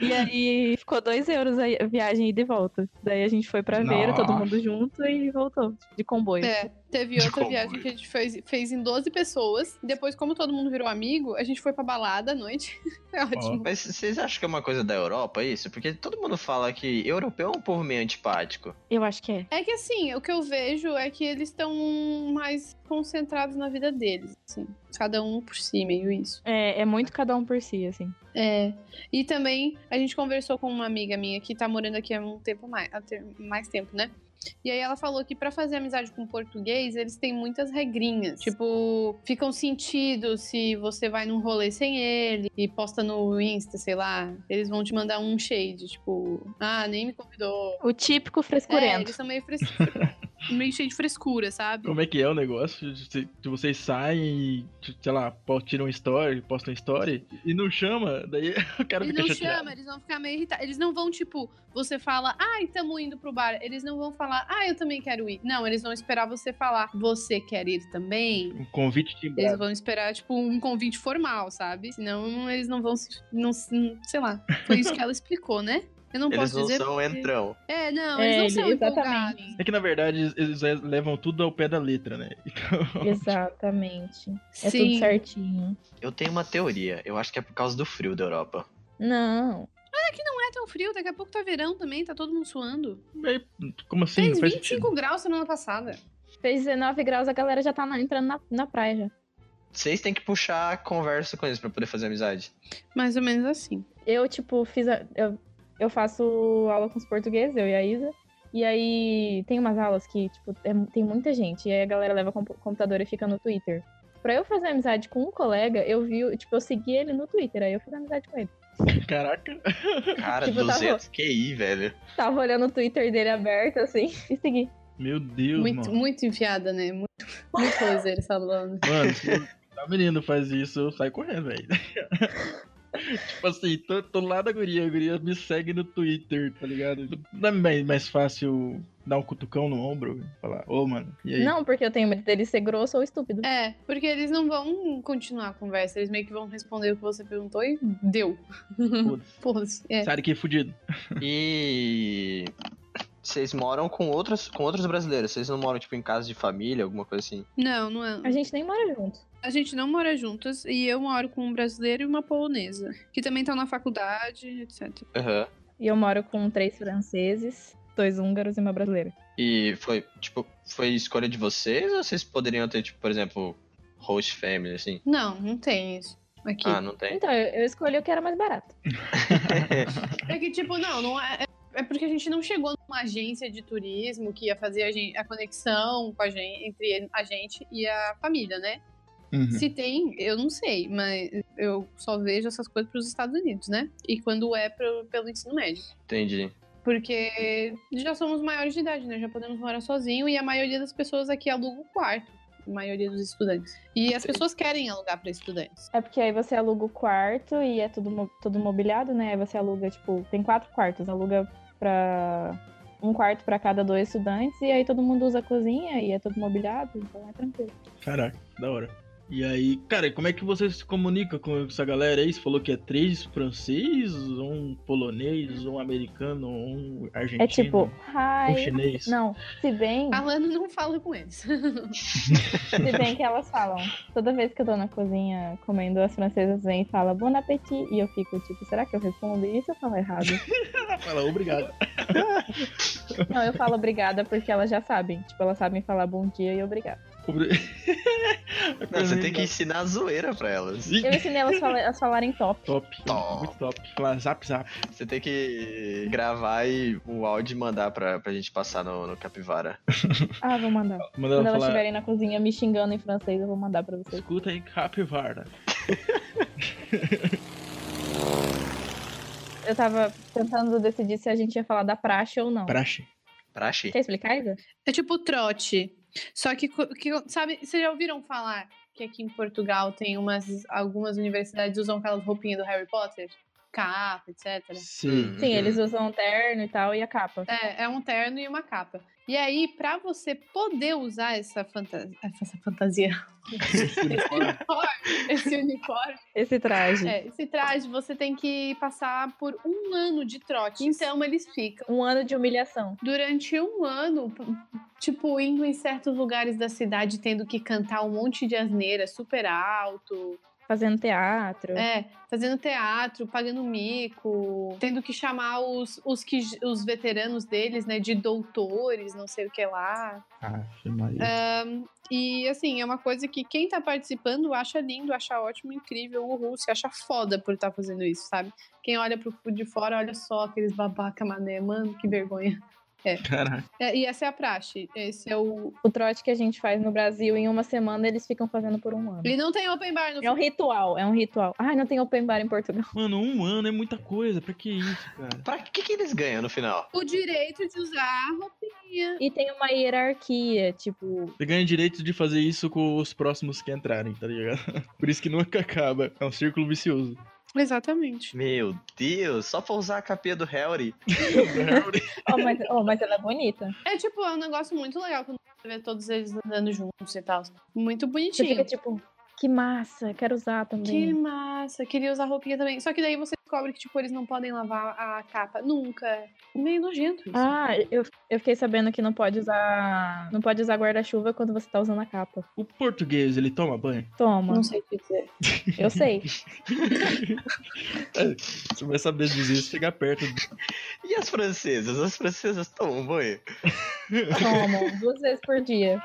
S3: E aí ficou 2 euros a viagem e de volta. Daí a gente foi pra Aveiro, todo
S2: Nossa.
S3: mundo junto e voltou de comboio.
S5: É, teve
S2: De
S5: outra
S2: comboio.
S5: viagem que a gente fez, fez em 12 pessoas. Depois, como todo mundo virou amigo, a gente foi pra balada à noite. É ótimo.
S4: Mas vocês acham que é uma coisa da Europa isso? Porque todo mundo fala que europeu é um povo meio antipático.
S3: Eu acho que é.
S5: É que assim, o que eu vejo é que eles estão mais concentrados na vida deles, assim. Cada um por si, meio isso.
S3: É, é muito cada um por si, assim.
S5: É. E também a gente conversou com uma amiga minha que tá morando aqui há um tempo mais, há ter- mais tempo, né? E aí ela falou que pra fazer amizade com português, eles têm muitas regrinhas. Tipo, ficam sentido se você vai num rolê sem ele e posta no Insta, sei lá, eles vão te mandar um shade, tipo, ah, nem me convidou.
S3: O típico
S5: É,
S3: frescurento.
S5: eles são meio frescos. meio cheio de frescura, sabe?
S2: Como é que é o negócio? Se se vocês saem e, sei lá, po- tiram story, postam story e não chama, daí o cara
S5: Eles
S2: fica
S5: não
S2: chateado.
S5: chamam, eles vão ficar meio irritados. Eles não vão, tipo, você fala, ai, tamo indo pro bar. Eles não vão falar, ah, eu também quero ir. Não, eles vão esperar você falar, você quer ir também?
S2: Um convite
S5: Eles
S3: É.
S2: timbrado.
S5: vão esperar, tipo, um convite formal, sabe? Senão eles não vão se. Não, se- sei lá. Foi isso que ela explicou, né? Eu não
S4: Eles
S5: posso
S4: não
S5: dizer.
S4: são
S5: porque-
S4: entrão.
S5: É, não,
S3: É,
S5: eles não são
S3: ele- exatamente.
S5: empolgados.
S2: É que na verdade eles- eles é- levam tudo ao pé da letra, né? Então,
S3: Exatamente. É tudo
S5: Sim.
S3: certinho.
S4: Eu tenho uma teoria. Eu acho que é por causa do frio da Europa.
S3: Não.
S5: Não é tão frio, daqui a pouco tá verão também, tá todo mundo suando.
S2: meio- como assim?
S5: Fez
S2: Não faz
S5: 25 graus semana passada.
S3: Fez 19 graus, a galera já tá na- entrando na, na praia já.
S4: Vocês têm que puxar a conversa com eles pra poder fazer amizade.
S5: Mais ou menos assim.
S3: Eu, tipo, fiz. a- eu, eu faço aula com os portugueses, eu e a Isa. E aí tem umas aulas que, tipo, é mu- tem muita gente. E aí a galera leva compu- computador e fica no Twitter. Pra eu fazer amizade com um colega, eu vi, tipo, eu segui ele no Twitter, aí eu fiz amizade com ele.
S2: sentido. Caraca.
S4: Cara,
S3: Tipo, tá
S4: 200 QI, velho.
S3: Tava olhando o Twitter dele aberto, assim, e segui.
S2: Meu Deus,
S5: Muito,
S2: mano.
S5: muito enfiada, né? Muito, muito coisa essa lona.
S2: Mano, se a menina faz isso, eu saio correndo, velho. tipo assim, tô, tô lá da guria, a guria me segue no Twitter, tá ligado? Não é mais, mais fácil dar um cutucão no ombro e falar, ô, mano, e aí?
S3: Não, porque eu tenho medo dele ser grosso ou estúpido.
S5: É, porque eles não vão continuar a conversa, eles meio que vão responder o que você perguntou e deu.
S2: Foda-se.
S5: Foda-se. É.
S2: Sai daqui, fudido.
S4: E. Vocês moram com outros, com outros brasileiros. Vocês não moram, tipo, em casa de família, alguma coisa assim.
S5: Não, não é.
S3: A gente nem mora junto.
S5: A gente não mora juntas e eu moro com um brasileiro e uma polonesa, que também estão na faculdade, etc.
S4: Aham.
S3: E eu moro com três franceses, dois húngaros e uma brasileira.
S4: E foi, tipo, foi escolha de vocês ou vocês poderiam ter, tipo, por exemplo, host family, assim?
S5: Não, não tem isso. aqui.
S4: Ah, não tem.
S3: Então, eu eu escolhi o que era mais barato.
S5: É que, tipo, não, não é. É porque a gente não chegou numa agência de turismo que ia fazer a, gen- a conexão com a gente, entre a gente e a família, né?
S2: Uhum.
S5: Se tem, eu não sei, mas eu só vejo essas coisas para os Estados Unidos, né? E quando é pro- pelo ensino médio.
S4: Entendi.
S5: Porque já somos maiores de idade, né? Já podemos morar sozinho e a maioria das pessoas aqui aluga um quarto. A maioria dos estudantes. E as pessoas querem alugar para estudantes.
S3: É porque aí você aluga o quarto e é tudo, mo- tudo mobiliado, né? Aí você aluga, tipo, tem quatro quartos, aluga pra um quarto pra cada dois estudantes e aí todo mundo usa a cozinha e é tudo mobiliado, então é tranquilo.
S2: Caraca, da hora. E aí, cara, como é que você se comunica com essa galera aí? Você falou que é três francês, um polonês, um americano, um argentino,
S3: É tipo,
S2: um
S3: hi.
S2: chinês.
S3: Não, se bem,
S5: A Lana não fala com eles.
S3: se bem que elas falam. Toda vez que eu tô na cozinha comendo, as francesas vêm e falam bon appétit. E eu fico tipo, será que eu respondo isso ou falo errado?
S2: Fala, obrigado.
S3: Não, eu falo obrigada porque elas já sabem. Tipo, elas sabem falar bom dia e obrigada.
S2: Obri-
S4: Não, você tem que ensinar a zoeira pra elas.
S3: Eu ensinei elas fala- elas falarem top.
S2: Top, né?
S4: Top.
S2: muito top. Fala zap zap.
S4: Você tem que gravar e o áudio e mandar pra, pra gente passar no, no Capivara.
S3: Ah, vou mandar.
S2: Manda
S3: Quando
S2: ela
S3: elas
S2: falar,
S3: estiverem na cozinha me xingando em francês, eu vou mandar pra vocês.
S2: escuta aí, capivara.
S3: Eu tava tentando decidir se a gente ia falar da praxe ou não.
S2: Praxe.
S4: Praxe?
S3: Quer explicar, Isa?
S5: É tipo trote. Só que, co- que sabe, vocês já ouviram falar que aqui em Portugal tem umas. Algumas universidades usam aquelas roupinhas do Harry Potter? Capa, etc.
S2: Sim.
S4: Hum.
S3: Sim,
S4: Uhum.
S3: eles usam terno e tal e a capa.
S5: É, é um terno e uma capa. E aí, pra você poder usar essa, fanta- essa fantasia, esse uniforme,
S3: Esse traje.
S5: é, esse traje, você tem que passar por um ano de trote. Então, eles ficam.
S3: Um ano de humilhação.
S5: durante um ano, p- tipo, indo em certos lugares da cidade, tendo que cantar um monte de asneira super alto,
S3: Fazendo teatro.
S5: é, fazendo teatro, pagando mico, tendo que chamar os, os, que, j- os veteranos deles, né, de doutores, não sei o que lá.
S2: Aff, Maria.
S3: É.
S5: E, assim, é uma coisa que quem tá participando acha lindo, acha ótimo, incrível, uhul, se acha foda por estar fazendo isso, sabe? Quem olha pro de fora, olha só aqueles babaca mané, mano, que vergonha.
S2: Caraca.
S5: É, e essa é a praxe, esse é o,
S3: O trote que a gente faz no Brasil, em uma semana, eles ficam fazendo por um ano.
S5: Ele não tem open bar no
S3: É um ritual, é um ritual. Ai, não tem open bar em Portugal.
S2: Mano, um ano é muita coisa. Pra que isso, cara?
S4: Pra que, que eles ganham no final?
S5: o direito de usar a roupinha.
S3: E tem uma hierarquia, tipo,
S2: Você ganha direito de fazer isso com os próximos que entrarem, tá ligado? Por isso que nunca acaba. É um círculo vicioso.
S5: Exatamente.
S4: Meu Deus, só pra usar a capinha do Harry.
S3: oh, mas, oh, mas ela é bonita.
S5: É tipo, é um negócio muito legal quando você vê todos eles andando juntos e tal. Muito
S3: Você
S5: bonitinho.
S3: fica tipo, que massa, quero usar
S5: Que
S3: também.
S5: massa, queria usar roupinha também. Só que daí você descobre que, tipo, eles não podem lavar a capa nunca. É Meio nojento isso.
S3: Ah, eu, eu fiquei sabendo que não pode usar. Não pode usar guarda-chuva quando você tá usando a capa.
S2: O português, ele toma banho?
S3: Toma.
S5: não sei o que dizer.
S3: Eu sei.
S2: Você vai saber dizer isso, chegar perto.
S4: E as francesas? As francesas tomam um banho?
S3: Toma. Duas vezes por dia.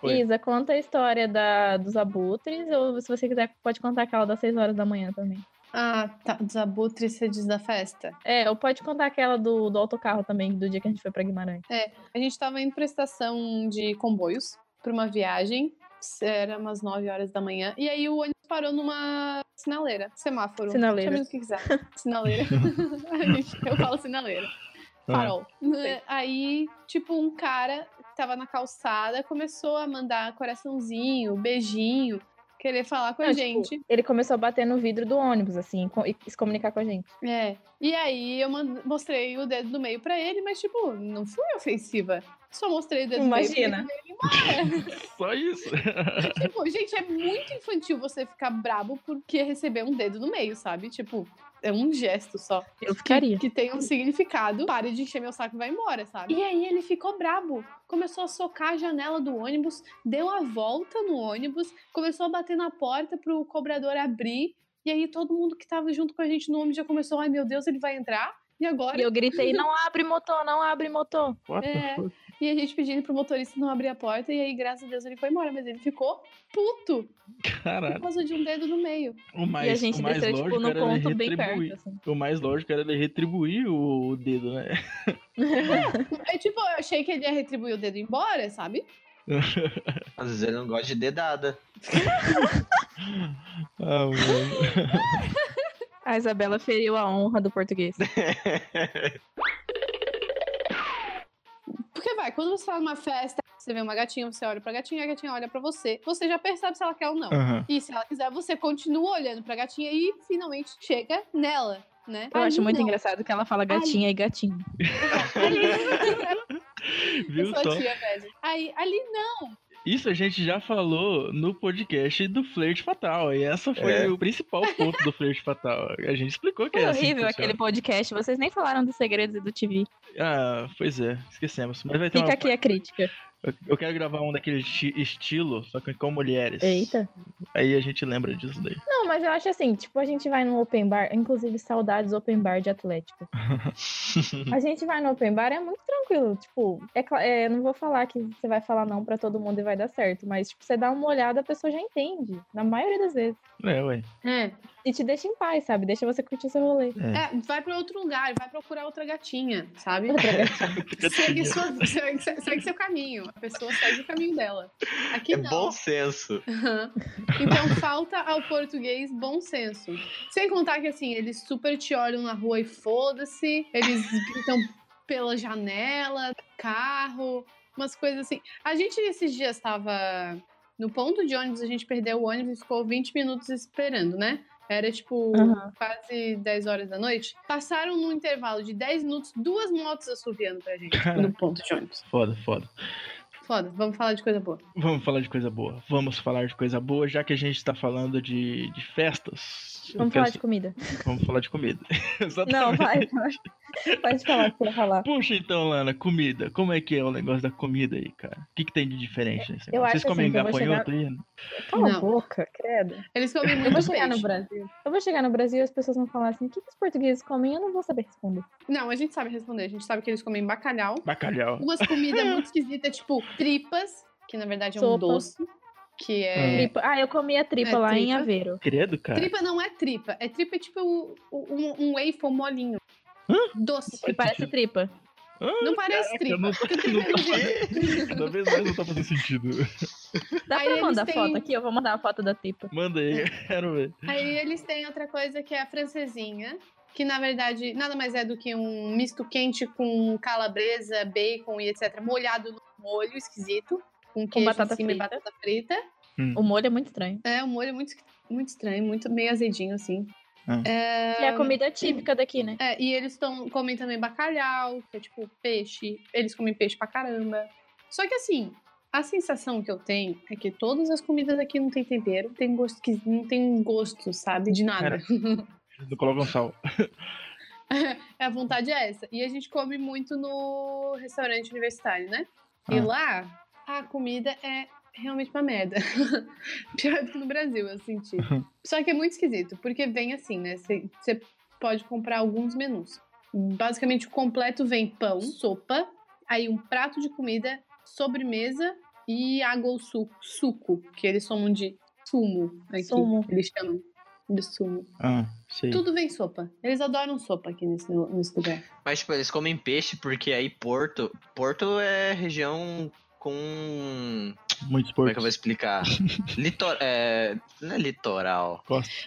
S2: Oi.
S3: Isa, conta a história da, dos abutres, ou se você quiser, pode contar aquela das 6 horas da manhã também.
S5: Ah, tá. Desabutre, você diz da festa.
S3: É, ou pode contar aquela do, do autocarro também, do dia que a gente foi pra Guimarães.
S5: A gente tava indo pra estação de comboios pra uma viagem. Era umas 9 horas da manhã. E aí o ônibus parou numa sinaleira, semáforo.
S3: Sinaleira.
S5: Chame do que quiser. Sinaleira. A gente- Eu falo sinaleira. Farol. Né, Aí, tipo, um cara que tava na calçada começou a mandar coraçãozinho, beijinho, querer falar com a
S3: Não, tipo,
S5: gente.
S3: Ele começou a bater no vidro do ônibus, assim, co- e se comunicar com a gente.
S5: É. E aí eu man- mostrei o dedo do meio pra ele, mas, tipo, não fui ofensiva. Só mostrei o dedo
S3: Imagina.
S5: do meio. pra ele.
S2: Só isso.
S5: Tipo, gente, é muito infantil você ficar brabo porque receber um dedo no meio, sabe? Tipo, é um gesto só.
S3: Eu ficaria.
S5: Que tem um significado. Pare de encher meu saco e vai embora, sabe? E aí ele ficou brabo. Começou a socar a janela do ônibus, deu a volta no ônibus, começou a bater na porta pro cobrador abrir. E aí todo mundo que tava junto com a gente no ônibus já começou, ai meu Deus, ele vai entrar. E agora?
S3: E eu gritei, não abre motor, não abre motor.
S2: What the
S5: É.
S2: fuck?
S5: E a gente pedindo pro motorista não abrir a porta, e aí, graças a Deus, ele foi embora, mas ele ficou puto por
S2: Caralho.
S5: causa de um dedo no meio.
S2: O
S3: e a
S2: mais,
S3: gente
S2: o mais
S3: desceu,
S2: lógico
S3: tipo, num
S2: era ele
S3: ponto bem
S2: retribuir.
S3: perto, assim.
S2: O mais lógico era ele retribuir o, o dedo, né?
S5: É tipo, eu achei que ele ia retribuir o dedo embora, sabe?
S4: Às vezes ele não gosta de dedada.
S2: Ah, mano.
S3: A Isabela feriu a honra do português.
S5: Porque vai, quando você tá numa festa, você vê uma gatinha, você olha pra gatinha, a gatinha olha pra você, você já percebe se ela quer ou não.
S2: Aham.
S5: E se ela quiser, você continua olhando pra gatinha e finalmente chega nela, né?
S3: Eu acho
S5: Ali
S3: muito
S5: não.
S3: engraçado que ela fala gatinha e gatinho.
S5: Eu
S2: Viu
S5: sou a
S2: só?
S5: tia, velho. Aí, ali não.
S2: Isso a gente já falou no podcast do Flerte Fatal. E essa foi
S4: É.
S2: o principal ponto do Flerte Fatal. A gente explicou que
S3: Foi
S2: é assim. que
S3: horrível
S2: funciona.
S3: aquele podcast, vocês nem falaram dos segredos e do TV.
S2: Ah, pois é, esquecemos. Mas vai ter
S3: Fica
S2: uma...
S3: aqui a crítica.
S2: Eu- Eu quero gravar um daquele esti- estilo, só que com mulheres.
S3: Eita.
S2: Aí a gente lembra disso daí.
S3: Não, mas eu acho assim, tipo, a gente vai num open bar, inclusive saudades open bar de Atlético. a gente vai no open bar, é muito tranquilo, tipo, é, cla- é, não vou falar que você vai falar não pra todo mundo e vai dar certo, mas tipo, você dá uma olhada, a pessoa já entende, na maioria das vezes.
S2: É, ué.
S5: É.
S3: E te deixa em paz, sabe? Deixa você curtir seu rolê.
S5: É, vai pra outro lugar, vai procurar outra gatinha, sabe?
S3: Outra gatinha.
S5: segue, sua- segue- segue seu caminho. A pessoa segue o caminho dela. Aqui
S4: é
S5: não.
S4: bom senso.
S5: Aham. Então falta ao português bom senso. Sem contar que assim, eles super te olham na rua e foda-se, eles gritam pela janela, carro, umas coisas assim. A gente esses dias tava no ponto de ônibus, a gente perdeu o ônibus e ficou 20 minutos esperando, né? Era tipo
S3: Aham.
S5: quase 10 horas da noite. Passaram num intervalo de 10 minutos duas motos assoviando pra gente
S2: Caraca.
S5: no ponto de ônibus.
S2: Foda, foda.
S5: Foda, vamos falar de coisa boa.
S2: Vamos falar de coisa boa. Vamos falar de coisa boa, já que a gente tá falando de, de festas. eu
S3: Vamos
S2: quero
S3: falar de comida.
S2: sa- Vamos falar de comida.
S3: Não,
S2: Exatamente.
S3: vai. vai. Pode falar, quer falar.
S2: Puxa então, Lana, comida. Como é que é o negócio da comida aí, cara? O que, que tem de diferente nesse
S3: Eu
S2: negócio? Vocês
S3: acho
S2: comem
S3: assim que eu vou
S2: gafanhoto aí?
S3: Cala a
S5: Não.
S3: boca, credo.
S5: Eles comem
S3: Eu
S5: muito
S3: vou chegar no
S5: peixe.
S3: Brasil. Eu vou chegar no Brasil e as pessoas vão falar assim: o que, que os portugueses comem? Eu não vou saber responder.
S5: Não, a gente sabe responder. A gente sabe que eles comem bacalhau.
S2: Bacalhau.
S5: Umas comidas muito esquisitas, tipo tripas, que na verdade é um
S3: Sopa.
S5: doce. Que é.
S3: Tripa- Ah, eu comi a tripa
S5: É,
S3: lá em
S5: tripa.
S3: Aveiro.
S2: Credo, cara.
S5: Tripa não é tripa. É tripa é tipo um, um, um waffle molinho. Doce.
S3: Que parece tripa.
S2: Ah,
S5: Não parece
S2: caraca,
S5: tripa.
S2: Não,
S5: porque tripa
S2: não
S5: é
S2: tá
S5: ligeiro.
S2: fazendo- cada vez mais não tá fazendo sentido.
S3: Dá
S5: Aí
S3: pra
S5: eles
S3: mandar
S5: têm-
S3: foto aqui? Eu vou mandar a foto da tripa.
S2: Manda aí, eu quero ver.
S5: Aí eles têm outra coisa que é a francesinha. Que na verdade nada mais é do que um misto quente com calabresa, bacon e etc. Molhado no molho esquisito. Com, queijo
S3: batata
S5: em cima
S3: frita.
S5: e batata frita.
S3: O molho é muito estranho.
S5: É, o molho é muito, muito estranho, muito meio azedinho, assim.
S3: Que é a comida típica daqui, né?
S5: É, e eles tão, comem também bacalhau, que é tipo peixe. Eles comem peixe pra caramba. Só que assim, a sensação que eu tenho é que todas as comidas aqui não tem tempero, tem gosto que não tem um gosto, sabe? De nada.
S2: Não colocam sal.
S5: A vontade é essa. E a gente come muito no restaurante universitário, né? E
S2: Ah.
S5: lá, a comida é realmente uma merda. Pior do que no Brasil, eu senti. Só que é muito esquisito, porque vem assim, né? Você pode comprar alguns menus. Basicamente, o completo vem pão, sopa, aí um prato de comida, sobremesa e água ou suco, suco que eles chamam de sumo. Aqui,
S3: Sumo.
S5: Eles chamam de sumo.
S2: Ah, sei.
S5: Tudo vem sopa. Eles adoram sopa aqui nesse, nesse lugar.
S4: Mas, tipo, eles comem peixe porque aí Porto. Porto é região com.
S2: Muitos
S4: Como é que eu vou
S2: porcos.
S4: explicar? Litor... é, Não é litoral.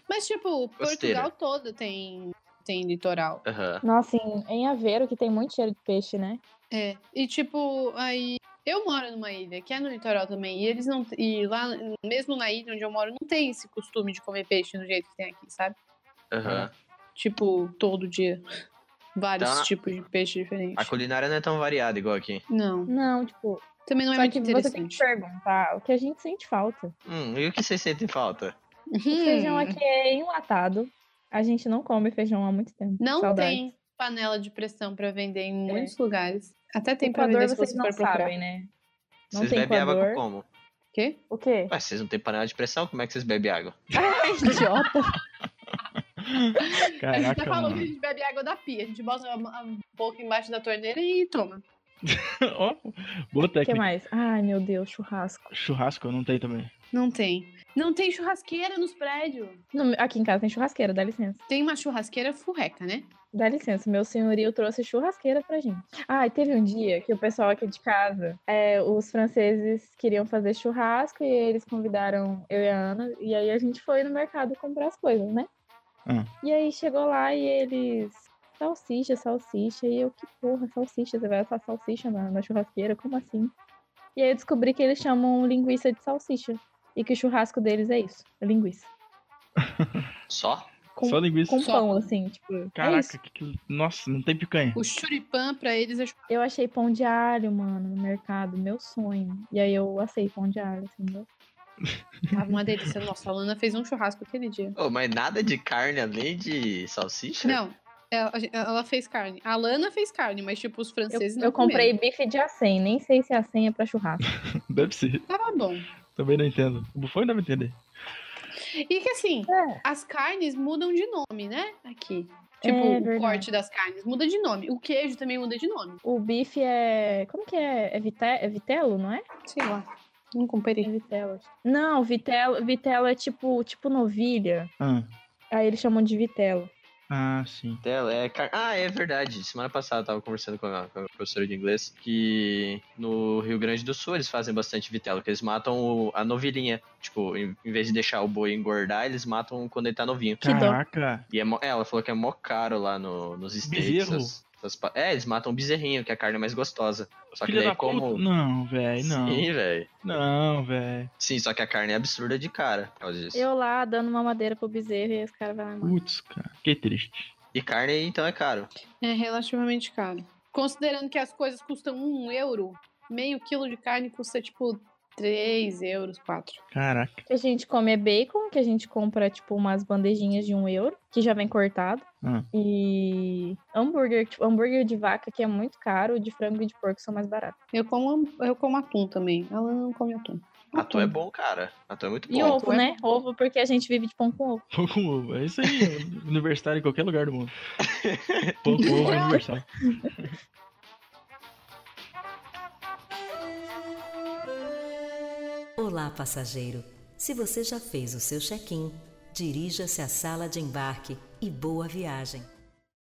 S5: Mas, tipo,
S4: Costeira.
S5: Portugal todo tem, tem litoral.
S4: Aham.
S3: Nossa, em, em Aveiro, que tem muito cheiro de peixe, né?
S5: É. E, tipo, aí. Eu moro numa ilha que é no litoral também. E eles não. E lá, mesmo na ilha onde eu moro, não tem esse costume de comer peixe do jeito que tem aqui, sabe?
S4: aham.
S3: Ah,
S5: Tipo, todo dia. Vários
S4: Então, a-
S5: tipos de peixe diferentes.
S4: A culinária não é tão variada igual aqui.
S5: Não.
S3: Não, tipo,
S5: Também não é
S3: só
S5: muito
S3: que você tem
S5: interessante.
S3: que perguntar o que a gente sente falta.
S4: Hum, e o que vocês sentem falta?
S3: O
S5: Hum,
S3: feijão aqui é enlatado. A gente não come feijão há muito tempo.
S5: Não
S3: Saudades.
S5: tem panela de pressão pra vender em muitos lugares. Até tem pra
S3: É. Equador
S5: vender se
S3: vocês
S5: você
S3: não
S5: for procurar.
S3: sabem, né? Não
S4: Vocês
S3: tem
S4: bebem água
S3: coador.
S4: com como?
S5: Quê?
S3: O quê? Ah,
S4: Ué, vocês não têm panela de pressão? Como é que vocês bebem água?
S3: Idiota.
S5: a gente já
S2: Caraca,
S5: falou que a
S2: mano.
S5: gente bebe água da pia. A gente bota a, a boca embaixo da torneira e toma.
S2: Ó, boa
S3: O que
S2: técnica.
S3: mais? Ai, meu Deus, churrasco.
S2: Churrasco eu não tenho também.
S5: Não tem. Não tem churrasqueira nos prédios.
S3: Não, aqui em casa tem churrasqueira, dá licença.
S5: Tem uma churrasqueira furreca, né?
S3: Dá licença, meu senhorio trouxe churrasqueira pra gente. Ah, e teve um dia que o pessoal aqui de casa, é, os franceses queriam fazer churrasco e eles convidaram eu e a Ana, e aí a gente foi no mercado comprar as coisas, né?
S2: Ah.
S3: E aí chegou lá e eles. Salsicha, salsicha. E eu, que porra, salsicha? Você vai assar salsicha na, na churrasqueira? Como assim? E aí eu descobri que eles chamam linguiça de salsicha. E que o churrasco deles é isso, é linguiça.
S4: Só?
S3: Com,
S2: Só linguiça.
S3: com
S5: Só.
S3: pão, assim, tipo. é isso.
S2: Caraca, que, que- nossa, não tem picanha.
S5: O churipã pra eles é churrasco.
S3: Eu achei pão de alho, mano, no mercado, meu sonho. E aí eu assei pão de alho, entendeu?
S5: Tava Ah, uma delícia. Nossa, a Lana fez um churrasco aquele dia.
S4: Ô, mas nada de carne além de salsicha?
S5: Não, ela, ela fez carne. A Lana fez carne, mas tipo, os
S3: Eu,
S5: franceses não
S3: eu comprei bife de acém, nem sei se acém é pra churrasco.
S2: Deve ser.
S5: comeram. Tava bom.
S2: Também não entendo. O Bufão deve entender.
S5: E que assim, as carnes mudam de nome, né? Aqui. Tipo,
S3: É
S5: o
S3: verdade.
S5: corte das carnes muda de nome. O queijo também muda de nome.
S3: O bife é. Como que é? É, vite... é vitelo, não é?
S5: Sei lá. Não
S3: É
S5: comprei.
S3: vitelo. acho. Não, vitelo, vitelo é tipo, tipo novilha.
S2: Ah,
S3: Aí eles chamam de vitelo.
S2: ah sim.
S4: Dela é car... Ah, é verdade. Semana passada eu tava conversando com a, com a professora de inglês que no Rio Grande do Sul eles fazem bastante vitela, que eles matam o- a novilhinha. Tipo, em, em vez de deixar o boi engordar, eles matam quando ele tá novinho.
S3: Que dó.
S2: Caraca.
S4: E é mó- é, ela falou que é mó caro lá no, nos steaks.
S2: Bezerro?
S4: essas- essas pa- É, eles matam o bezerrinho, que é a carne mais gostosa. Só que
S2: Filha
S4: daí
S2: da
S4: como.
S2: puta. Não, velho, não.
S4: Sim, velho.
S2: Não, velho.
S4: Sim, só que a carne é absurda de cara por causa disso.
S3: Eu lá dando uma madeira pro bezerro e os caras vão lá. e matam.
S2: Putz, cara. Que triste.
S4: E carne, então, é caro.
S5: É relativamente caro. Considerando que as coisas custam um euro, meio quilo de carne custa tipo 3 euros, 4.
S2: Caraca.
S3: Que a gente come é bacon, que a gente compra, tipo, umas bandejinhas de um euro, que já vem cortado.
S2: Ah.
S3: E hambúrguer, tipo, hambúrguer de vaca, que é muito caro, de frango e de porco são mais baratos.
S5: Eu como, eu como atum também. Ela não come atum.
S4: Atum é bom, cara. Atum é muito
S3: E
S4: bom.
S3: ovo,
S5: é
S3: né? Ovo, porque a gente vive de pão com ovo.
S2: Pão com ovo. É isso aí. Universitário em qualquer lugar do mundo. Pão com ovo é universal.
S8: Olá, passageiro. Se você já fez o seu check-in, dirija-se à sala de embarque e boa viagem.